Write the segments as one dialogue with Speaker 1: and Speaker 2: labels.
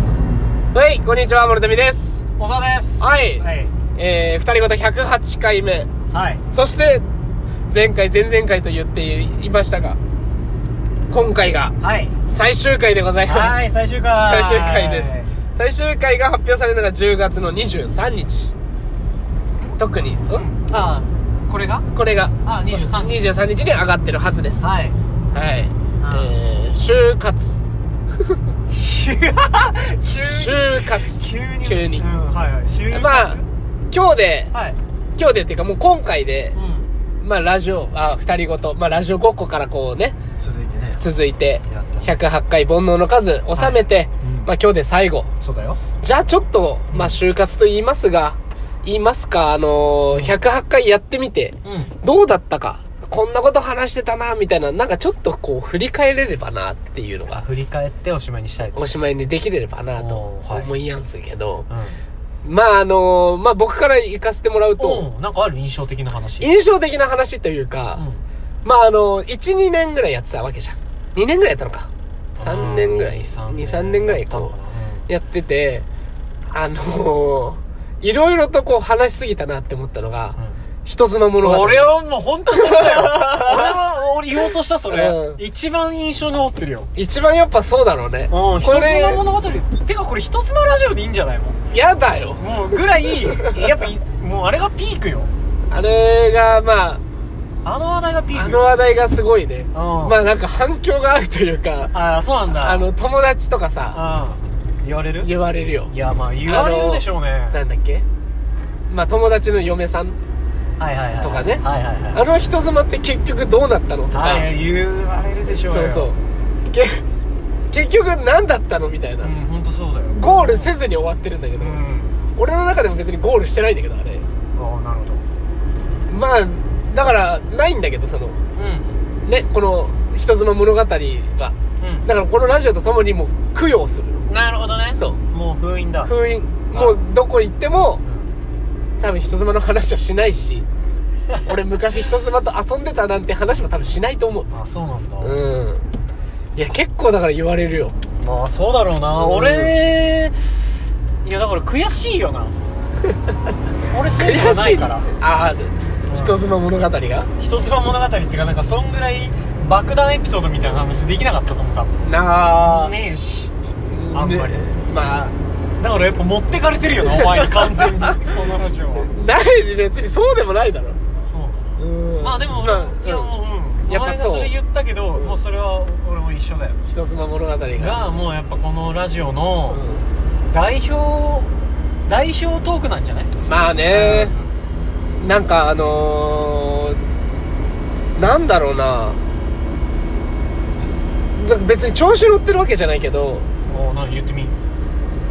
Speaker 1: はい、こんにちは、森富です。
Speaker 2: 小沢です
Speaker 1: はい
Speaker 2: はい、
Speaker 1: えー、二人ごと108回目。
Speaker 2: はい、
Speaker 1: そして、前回、前々回と言っていましたが、今回が
Speaker 2: はい
Speaker 1: 最終回でございます。
Speaker 2: はい最終回
Speaker 1: 最終回です。最終回が発表されるのが10月の23日。特に、ん
Speaker 2: ああこれが
Speaker 1: これが
Speaker 2: あ23日
Speaker 1: 23日に上がってるはずです。
Speaker 2: はい
Speaker 1: はい。
Speaker 2: あ
Speaker 1: えー、就活。
Speaker 2: 急
Speaker 1: 就活。
Speaker 2: 急に
Speaker 1: 急に
Speaker 2: うん、はいはい週
Speaker 1: まあ、今日で、
Speaker 2: はい
Speaker 1: 今日でっていうかもう今回で、
Speaker 2: うん
Speaker 1: まあラジオ、あ、二人ごと、まあラジオごっこからこうね、
Speaker 2: 続いてね
Speaker 1: 続いて
Speaker 2: やっ、
Speaker 1: 108回煩悩の数収めて、
Speaker 2: うん
Speaker 1: まあ今日で最後。
Speaker 2: そうだよ
Speaker 1: じゃあちょっと、まあ就活と言いますが、言いますか、あのー、108回やってみて、
Speaker 2: う
Speaker 1: どうだったか、こんなこと話してたな、みたいな、なんかちょっとこう振り返れればな、っていうのが、
Speaker 2: 振り返っておしまいにしたいと
Speaker 1: おしまいにできれればな、と
Speaker 2: おーはい
Speaker 1: 思いやんすけど、
Speaker 2: う
Speaker 1: まああのー、まあ僕から行かせてもらうと、
Speaker 2: んおなんかある印象的な話
Speaker 1: 印象的な話というか、まああの、1、2年ぐらいやってたわけじゃん。2年ぐらいやったのか。3年ぐらい、2、3年ぐらいこう、やってて、あのー、いろいろとこう話しすぎたなって思ったのが、人妻物語。
Speaker 2: 俺はもう本当それだよ 俺は俺言おうとしたそれ、
Speaker 1: うん
Speaker 2: 一番印象に残ってるよ
Speaker 1: 一番やっぱそうだろうね。
Speaker 2: うん、
Speaker 1: こ
Speaker 2: 人
Speaker 1: れ、
Speaker 2: 妻物語てかこれ人妻ラジオでいいんじゃないもん
Speaker 1: やだよ。
Speaker 2: もうぐらいやっぱいもうあれがピークよ
Speaker 1: あれが、まあ、
Speaker 2: あの話題がピー
Speaker 1: あ
Speaker 2: ク
Speaker 1: の
Speaker 2: よ
Speaker 1: 話題がすごいね。
Speaker 2: あ
Speaker 1: まあなんか反響があるというか、
Speaker 2: ああそうなんだ
Speaker 1: あの、友達とかさ、
Speaker 2: うん言われる
Speaker 1: 言われるよ。
Speaker 2: いやまあ言われるでしょうね
Speaker 1: なんだっけまあ友達の嫁さん
Speaker 2: はいはいはい
Speaker 1: とかね
Speaker 2: はいはいはい
Speaker 1: あの人妻って結局どうなったのとか、
Speaker 2: はい言われるでしょう
Speaker 1: そう
Speaker 2: よ
Speaker 1: そうけ結局何だったのみたいな、
Speaker 2: うん本当そうだよ
Speaker 1: ゴールせずに終わってるんだけど、
Speaker 2: うん
Speaker 1: 俺の中でも別にゴールしてないんだけどあれ
Speaker 2: ああなるほど
Speaker 1: まあだからないんだけどその
Speaker 2: うん
Speaker 1: ねこの人妻物語はだからこのラジオとともにもう供養するの
Speaker 2: うんなるほどね
Speaker 1: そう
Speaker 2: もう封印だ
Speaker 1: 封印
Speaker 2: あ
Speaker 1: もうどこ行っても
Speaker 2: うん
Speaker 1: 多分人妻の話はしないし俺昔人妻と遊んでたなんて話も多分しないと思う
Speaker 2: あそうなんだ
Speaker 1: うんいや結構だから言われるよ
Speaker 2: まあそうだろうな、
Speaker 1: うん
Speaker 2: 俺いやだから悔しいよ な俺そういうのがないから
Speaker 1: ああ人妻物語が
Speaker 2: 人妻物語っていうかなんかそんぐらい爆弾エピソードみたいな話できなかったと思う多分
Speaker 1: なあ
Speaker 2: ねえしあ
Speaker 1: あ
Speaker 2: んまり
Speaker 1: まあ
Speaker 2: だからやっぱ持ってかれてるよ なお前に完全にこのラジオは
Speaker 1: ない別にそうでもないだろ
Speaker 2: そう
Speaker 1: うん
Speaker 2: まあでも俺、いやもううん
Speaker 1: やっ
Speaker 2: お
Speaker 1: ぱ
Speaker 2: 前が
Speaker 1: そう
Speaker 2: それ言ったけど、もうそれは俺も一緒だよ
Speaker 1: うん人妻物語が
Speaker 2: がもうやっぱこのラジオの
Speaker 1: う
Speaker 2: 代表代表トークなんじゃない
Speaker 1: んまあねなんかあのーなんだろうなだから別に調子乗ってるわけじゃないけど
Speaker 2: おなんか言ってみ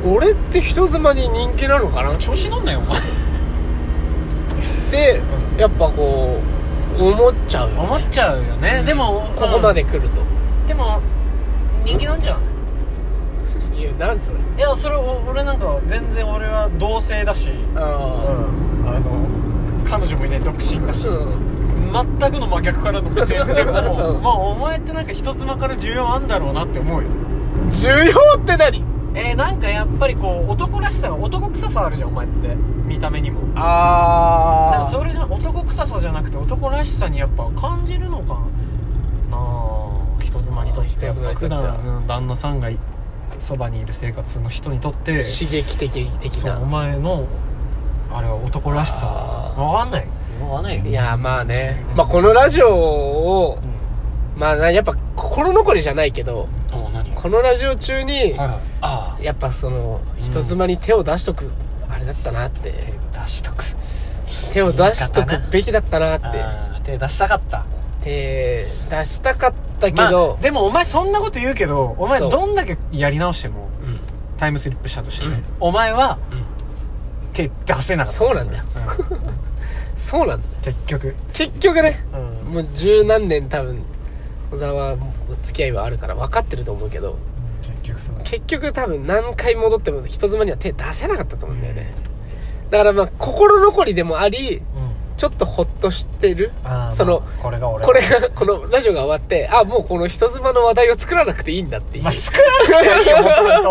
Speaker 1: 俺って人妻に人気なのかなっ
Speaker 2: 調子乗んなよお前
Speaker 1: てやっぱこう思っちゃうよ
Speaker 2: 思っちゃうよね、でも
Speaker 1: ここまで来ると、
Speaker 2: うんでも人気なんじゃない
Speaker 1: いや何それ
Speaker 2: いやそれお俺なんか全然俺は同性だし、うん、
Speaker 1: あ
Speaker 2: あの彼女もいない独身だし、全くの真逆からの目線でも、
Speaker 1: うん
Speaker 2: まあお前ってなんか人妻から需要あんだろうなって思うよ
Speaker 1: 需要って何
Speaker 2: えー、なんかやっぱりこう男らしさが男臭さあるじゃんお前って見た目にもだから
Speaker 1: あ
Speaker 2: それが男臭さじゃなくて男らしさにやっぱ感じるのかなあ人妻にとってやっぱ
Speaker 1: 人妻にと
Speaker 2: 普
Speaker 1: っては
Speaker 2: 段うん旦那さんがいそばにいる生活の人にとって
Speaker 1: 刺激的的
Speaker 2: そうお
Speaker 1: な
Speaker 2: 前のあれは男らしさ
Speaker 1: あー
Speaker 2: わかんないわかんないよ
Speaker 1: いやまあねまあこのラジオをまあなやっぱ心残りじゃないけど
Speaker 2: うんお何
Speaker 1: このラジオ中に
Speaker 2: はいはいあ
Speaker 1: やっぱその人妻に手を出しとくあれだったなって
Speaker 2: あ出しとく
Speaker 1: 手を出しとくべきだったなって
Speaker 2: あー手出したかった
Speaker 1: 手出したかったけ
Speaker 2: ま
Speaker 1: ど
Speaker 2: あでもお前そんなこと言うけどお前
Speaker 1: そう
Speaker 2: どんだけやり直しても
Speaker 1: うん
Speaker 2: タイムスリップしたとして
Speaker 1: うん
Speaker 2: ねお前は
Speaker 1: うん
Speaker 2: 手出せなかった
Speaker 1: そうなんだよ
Speaker 2: うん
Speaker 1: そうなんだ
Speaker 2: 結局
Speaker 1: 結局ね
Speaker 2: うん
Speaker 1: もう十何年多分小沢も付き合いはあるから分かってると思うけど
Speaker 2: 結局そうだ
Speaker 1: 結局多分何回戻っても人妻には手出せなかったと思うんだよね、だからまあ心残りでもあり
Speaker 2: うん
Speaker 1: ちょっとホッとしてる
Speaker 2: あー
Speaker 1: その
Speaker 2: まあこれが俺
Speaker 1: これがこのラジオが終わってあもうこの人妻の話題を作らなくていいんだっていう、
Speaker 2: まあ作らなくていいよもともと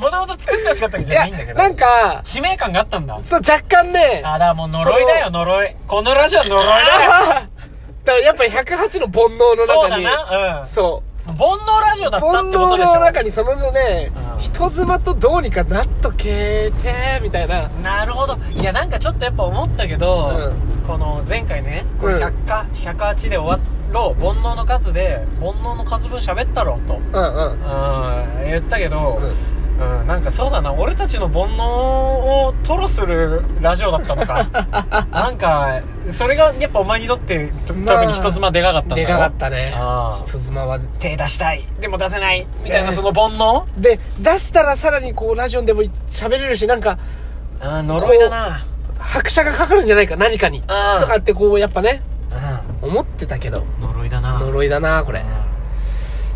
Speaker 2: もともと作ってほしかったわけ
Speaker 1: い
Speaker 2: じゃ
Speaker 1: や
Speaker 2: ないんだけ、ど。
Speaker 1: なん、か、
Speaker 2: 使命感があったんだ。
Speaker 1: そう、若干ね、
Speaker 2: あ、だからもう呪いだよ、呪い。このラジオは呪いだよ。
Speaker 1: だからやっぱり108の煩悩の
Speaker 2: そ
Speaker 1: 中
Speaker 2: うだ
Speaker 1: に、
Speaker 2: な、うん。
Speaker 1: そう
Speaker 2: 煩悩ラジオだった
Speaker 1: 煩
Speaker 2: ってこと
Speaker 1: 悩
Speaker 2: でしょ。
Speaker 1: の中にそのね、
Speaker 2: うん
Speaker 1: 人妻とどうにかなっとけて、みたいな。
Speaker 2: なるほどいやなんかちょっとやっぱ思ったけど、
Speaker 1: う
Speaker 2: この前回ねこ
Speaker 1: う
Speaker 2: れ
Speaker 1: ん
Speaker 2: 100か、108で終わろう煩悩の数で煩悩の数分喋ったろうとうん
Speaker 1: うんうん。
Speaker 2: 言ったけど、うんなんかそうだな俺たちの煩悩を吐露するラジオだったの かなんかそれがやっぱお前にとってと
Speaker 1: まあ
Speaker 2: 特に人妻でかかったんだ
Speaker 1: で
Speaker 2: よ
Speaker 1: かかったね
Speaker 2: あ。ー
Speaker 1: 人妻は。
Speaker 2: 手出したいでも出せないみたい
Speaker 1: え
Speaker 2: な
Speaker 1: え
Speaker 2: その煩悩、
Speaker 1: で、出したらさらにこう、ラジオでも喋れるし、なんか、
Speaker 2: あー呪いだな
Speaker 1: 拍車がかかるんじゃないか、何かに。とかってこう、やっぱね、
Speaker 2: う
Speaker 1: 思ってたけど、
Speaker 2: ん呪いだな
Speaker 1: 呪いだな、これ。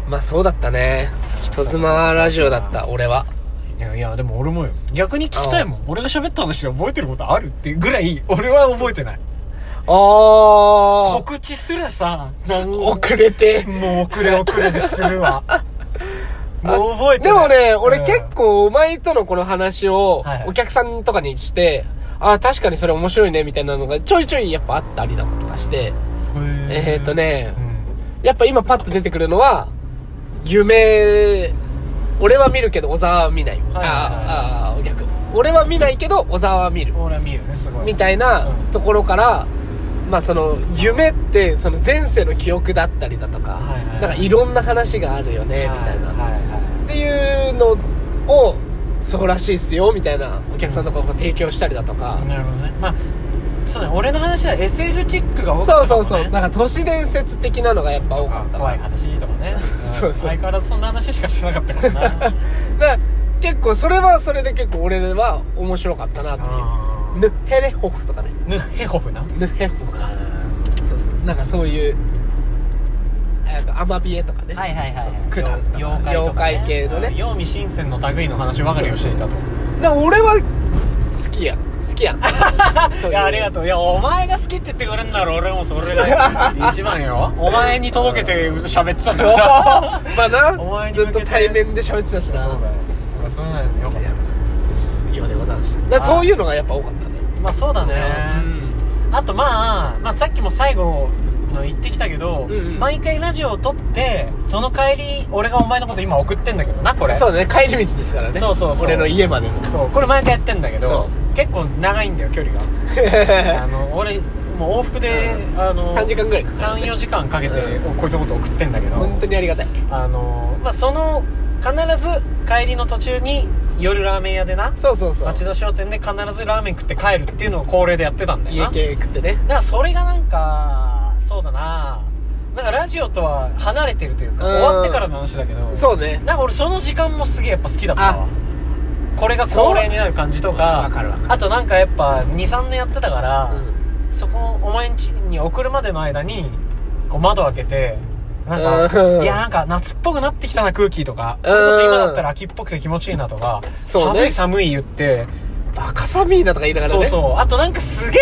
Speaker 1: まあそうだったね。人妻ラジオだった、俺は。
Speaker 2: いやいやでも俺もよ逆に聞きたいもん俺が喋った話で覚えてることあるっていうぐらい俺は覚えてない
Speaker 1: あ
Speaker 2: 告知すらさなん
Speaker 1: ー。遅れて。
Speaker 2: もう遅れ遅れです るわもう覚えて
Speaker 1: で
Speaker 2: な
Speaker 1: も
Speaker 2: い
Speaker 1: ね、俺
Speaker 2: うん
Speaker 1: 結構お前とのこの話を
Speaker 2: はいはい
Speaker 1: お客さんとかにして、ああ、確かにそれ面白いね、みたいなのがちょいちょいやっぱあったりだとかして、え
Speaker 2: ー
Speaker 1: ーとね
Speaker 2: う、ん
Speaker 1: やっぱ今パッと出てくるのは、夢、俺は見るけど小沢は見ない。
Speaker 2: はいはい
Speaker 1: あーあー、逆。俺は見ないけど小沢は見る。
Speaker 2: 俺は見るねすごい
Speaker 1: みたいな
Speaker 2: うん
Speaker 1: ところから、まあその夢ってその前世の記憶だったりだとか、
Speaker 2: はいはい
Speaker 1: なんかいろんな話があるよね、み
Speaker 2: は
Speaker 1: たいな。
Speaker 2: はい
Speaker 1: っていうのをそうらしいっすよみたいなお客さんとかが提供したりだとか
Speaker 2: はい、なるほどねまあそうね俺の話は SF チックが多か
Speaker 1: そう
Speaker 2: ったか
Speaker 1: そ
Speaker 2: も
Speaker 1: う
Speaker 2: ね
Speaker 1: そうなんか都市伝説的なのがやっぱ多かった
Speaker 2: 怖い話とかね
Speaker 1: そうそうん
Speaker 2: 相変わらずそんな話しかしてなかったから な
Speaker 1: だから結構それはそれで結構俺は面白かったなっていう
Speaker 2: あ
Speaker 1: ヌッヘレホフとかね
Speaker 2: ーヌッヘホフな
Speaker 1: ヌッヘレホフかそうそうなんかそういうえっとアマビエとかね、
Speaker 2: はいはいはい
Speaker 1: 九段とか
Speaker 2: 妖怪とか
Speaker 1: 妖怪系のね
Speaker 2: あ妖味新鮮の類の話ばかりをしていたと
Speaker 1: だから俺は好きやん好きや んそう
Speaker 2: いうやありがとういやお前が好きって言ってくれんなら俺もそれ が一番よお前に届けて喋ってたんだから
Speaker 1: まあ
Speaker 2: お前
Speaker 1: なず
Speaker 2: に向
Speaker 1: っ
Speaker 2: けて
Speaker 1: と対面で喋ってたしな
Speaker 2: よまあそうなのよかった
Speaker 1: ようでございましただからそういうのがやっぱ多かったね
Speaker 2: まあそうだねあとまあまあさっきも最後の言ってきたけど、
Speaker 1: うんうん
Speaker 2: 毎回ラジオを撮ってその帰り俺がお前のこと今送ってんだけどなこれ
Speaker 1: そうだね帰り道ですからね
Speaker 2: そうそうそう
Speaker 1: 俺の家まで
Speaker 2: そうこれ毎回やってんだけ
Speaker 1: そ
Speaker 2: ど結構長いんだよ距離 があの俺もう往復で、あの
Speaker 1: 3時間ぐらいかかるね
Speaker 2: 34時間かけて、
Speaker 1: う
Speaker 2: こいつのこと送ってんだけど
Speaker 1: 本当にありがたい
Speaker 2: あのまあその必ず帰りの途中に夜ラーメン屋でな
Speaker 1: そうそうそう
Speaker 2: 町田商店で必ずラーメン食って帰るっていうのを恒例でやってたんだよ
Speaker 1: 家
Speaker 2: なだか
Speaker 1: 系食ってね
Speaker 2: らそれがなんかそうだななんかラジオとは離れてるというか、
Speaker 1: うん
Speaker 2: 終わってからの話だけど
Speaker 1: そうね
Speaker 2: なんか俺その時間もすげえやっぱ好きだったわ
Speaker 1: あ
Speaker 2: これが恒例になる感じとか
Speaker 1: そうわかるわか
Speaker 2: あとなんかやっぱ23年やってたから、
Speaker 1: うん
Speaker 2: そこお前ん家に送るまでの間にこう窓開けてなん
Speaker 1: う
Speaker 2: か
Speaker 1: ん
Speaker 2: いやなんか夏っぽくなってきたな空気とかそれこそ今だったら秋っぽくて気持ちいいなとか、
Speaker 1: そうね
Speaker 2: 寒い寒い言って
Speaker 1: バカサミーナとか言いながら
Speaker 2: そう
Speaker 1: ね
Speaker 2: そうあとなんかすげ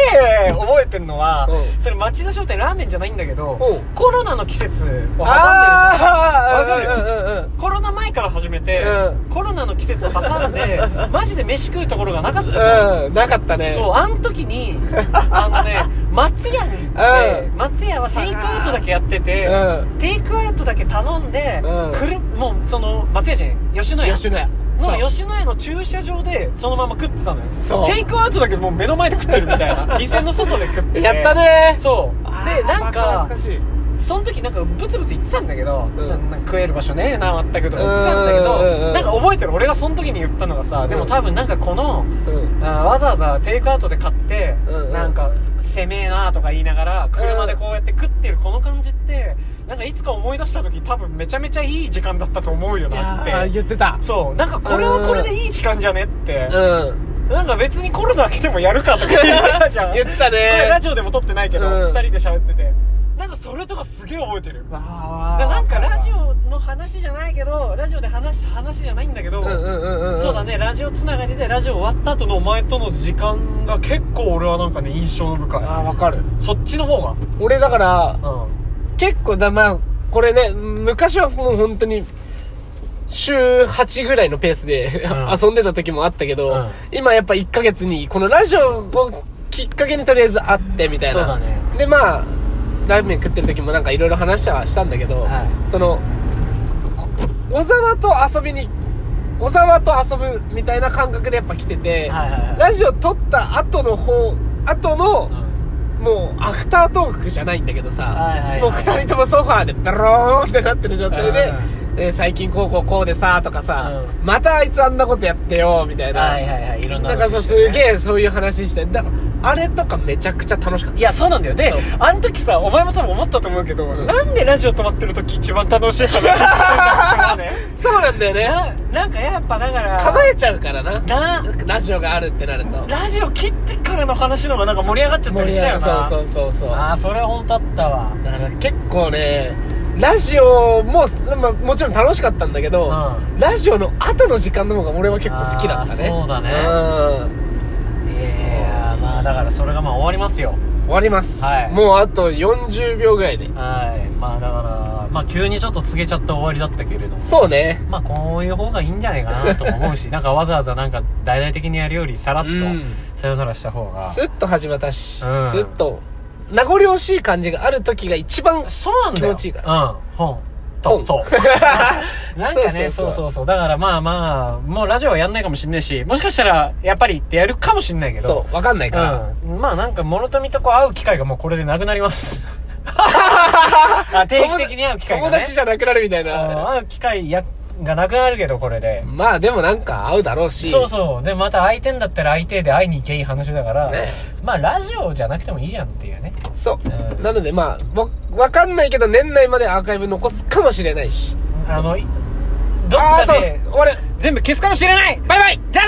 Speaker 2: え覚えてんのは、
Speaker 1: うん
Speaker 2: それ町田商店ラーメンじゃないんだけど、
Speaker 1: うん
Speaker 2: コロナの季節を挟んでるじゃん
Speaker 1: あ
Speaker 2: 挟んでるじゃ
Speaker 1: ー
Speaker 2: ん
Speaker 1: うんうんうんうん
Speaker 2: コロナ前から始めて、
Speaker 1: う
Speaker 2: コロナの季節を挟 んでマジで飯食うところがなかったじゃん、
Speaker 1: うんなかったね
Speaker 2: そうあん 時にあのね松屋に行って、
Speaker 1: うん
Speaker 2: 松屋はテイクアウトだけやってて、
Speaker 1: うん
Speaker 2: テイクアウトだけ頼んで、
Speaker 1: うん
Speaker 2: くるもうその松屋じゃん吉野家
Speaker 1: 吉野家
Speaker 2: の吉野家の駐車場でそのまま食ってたの
Speaker 1: そう
Speaker 2: よテイクアウトだけもう目の前で食ってるみたい な店の外で食ってて
Speaker 1: やったね
Speaker 2: そう
Speaker 1: あー
Speaker 2: でなん
Speaker 1: バカ
Speaker 2: か
Speaker 1: 懐かしい
Speaker 2: その時なんかブツブツ言ってたんだけど、
Speaker 1: うん
Speaker 2: ななんか食える場所ねえな全くとか言ってたんだけど、
Speaker 1: うんうんうんうん
Speaker 2: なんか覚えてる俺がその時に言ったのがさ、でも多分なんかこの
Speaker 1: うん
Speaker 2: あーわざわざテイクアウトで買って、
Speaker 1: うんうん
Speaker 2: なんか「せめえな」とか言いながら車でこうやって食ってるこの感じってなんかいつか思い出した時多分めちゃめちゃいい時間だったと思うよなっ
Speaker 1: あー
Speaker 2: て
Speaker 1: 言ってた
Speaker 2: そうなんかこれはこれでいい時間じゃねって、
Speaker 1: うん
Speaker 2: なんか別にコロナ明けてもやるかとか言ってたじゃ ん
Speaker 1: 言ってたね
Speaker 2: これラジオでも撮ってないけど、
Speaker 1: うん
Speaker 2: 2人で喋っててなんかそれとかすげえ覚えてる
Speaker 1: あ
Speaker 2: だからなんかラジ
Speaker 1: オ
Speaker 2: オの話じゃないけどラジオで話した話じゃないんだけど、
Speaker 1: うんうんうんうん
Speaker 2: そうだねラジオつながりでラジオ終わった後のお前との時間が結構俺はなんかね印象深
Speaker 1: あーわかる
Speaker 2: いそっちの方が
Speaker 1: 俺だから
Speaker 2: うん
Speaker 1: 結構だまあこれね昔はもう本当に週8ぐらいのペースで、
Speaker 2: ん
Speaker 1: 遊んでた時もあったけど、
Speaker 2: うん
Speaker 1: 今やっぱ1ヶ月に、このラジオをきっかけにとりあえず会ってみたいな。
Speaker 2: そうだね
Speaker 1: で、まあ、ラーメン食ってる時もなんかいろいろ話したはしたんだけど、
Speaker 2: は
Speaker 1: その、こ小沢と遊びに、小沢と遊ぶみたいな感覚でやっぱ来てて、
Speaker 2: はいはいはい
Speaker 1: ラジオ撮った後の方、後の、もうアフタートークじゃないんだけどさ、
Speaker 2: はいはいはい
Speaker 1: もう二人ともソファーでダローンってなってる状態で
Speaker 2: うん、
Speaker 1: えー最近こうこうこうでさとかさ、
Speaker 2: う
Speaker 1: またあいつあんなことやってよみたいな、
Speaker 2: はいはいはいいろんな
Speaker 1: な
Speaker 2: 話
Speaker 1: んかさ
Speaker 2: して
Speaker 1: す
Speaker 2: ね
Speaker 1: げえそういう話してだからあれとかめちゃくちゃ楽しかっ
Speaker 2: いやそうなんだよで
Speaker 1: そう
Speaker 2: あの時さお前も多分思ったと思うけど、なんでラジオ止まってる時一番楽しい話してんだって思う ね
Speaker 1: たそうなんだよね
Speaker 2: なんかやっぱだから
Speaker 1: 構えちゃうからな
Speaker 2: な
Speaker 1: ラジオがあるってなると
Speaker 2: ラジオ切ってからの話の方がなんか盛り上がっちゃったりしたよな
Speaker 1: そうそうそうそう
Speaker 2: ああそれは本当あったわ
Speaker 1: だから結構ねラジオも、まあ、もちろん楽しかったんだけど、
Speaker 2: う
Speaker 1: ラジオの後の時間の方が俺は結構好きだったね
Speaker 2: あーそうだね
Speaker 1: うん
Speaker 2: いやーまあだからそれがまあ終わりますよ
Speaker 1: 終わります、
Speaker 2: はい
Speaker 1: もうあと40秒ぐらいで
Speaker 2: はいまあだからまあ急にちょっと告げちゃった終わりだったけれども
Speaker 1: そうね
Speaker 2: まあこういう方がいいんじゃないかなとも思う しなんかわざわざなんか大々的にやるよりさらっと
Speaker 1: うん
Speaker 2: さよならした方が、
Speaker 1: スッと始まったし、
Speaker 2: うん
Speaker 1: スッと名残惜しい感じがある時が一番
Speaker 2: そうなんだ
Speaker 1: 気持
Speaker 2: よ
Speaker 1: ちいいから
Speaker 2: うん本と
Speaker 1: 本
Speaker 2: そうなんかね
Speaker 1: そうそうそう
Speaker 2: そうそうそうだからまあまあもうラジオはやんないかもしんないしもしかしたらやっぱりってやるかもしんないけど
Speaker 1: そうわかんないから、
Speaker 2: うん、まあなんか諸富とこう会う機会がもうこれでなくなります あ定期的に会う機会が、
Speaker 1: 友
Speaker 2: ね、
Speaker 1: 達じゃなくなるみたい
Speaker 2: うん
Speaker 1: な
Speaker 2: 会う機会やがなくなるけどこれで、
Speaker 1: まあでもなんか合うだろうし
Speaker 2: そうそうでまた会いてんだったら会いてえで会いに行けいい話だから、
Speaker 1: ね
Speaker 2: まあラジオじゃなくてもいいじゃんっていうね
Speaker 1: そう、
Speaker 2: うん
Speaker 1: なのでまあわわかんないけど年内までアーカイブ残すかもしれないし
Speaker 2: あのいどっ
Speaker 1: あ
Speaker 2: かで
Speaker 1: ーと終わる
Speaker 2: 全部消すかもしれない
Speaker 1: バイバイ
Speaker 2: じゃあね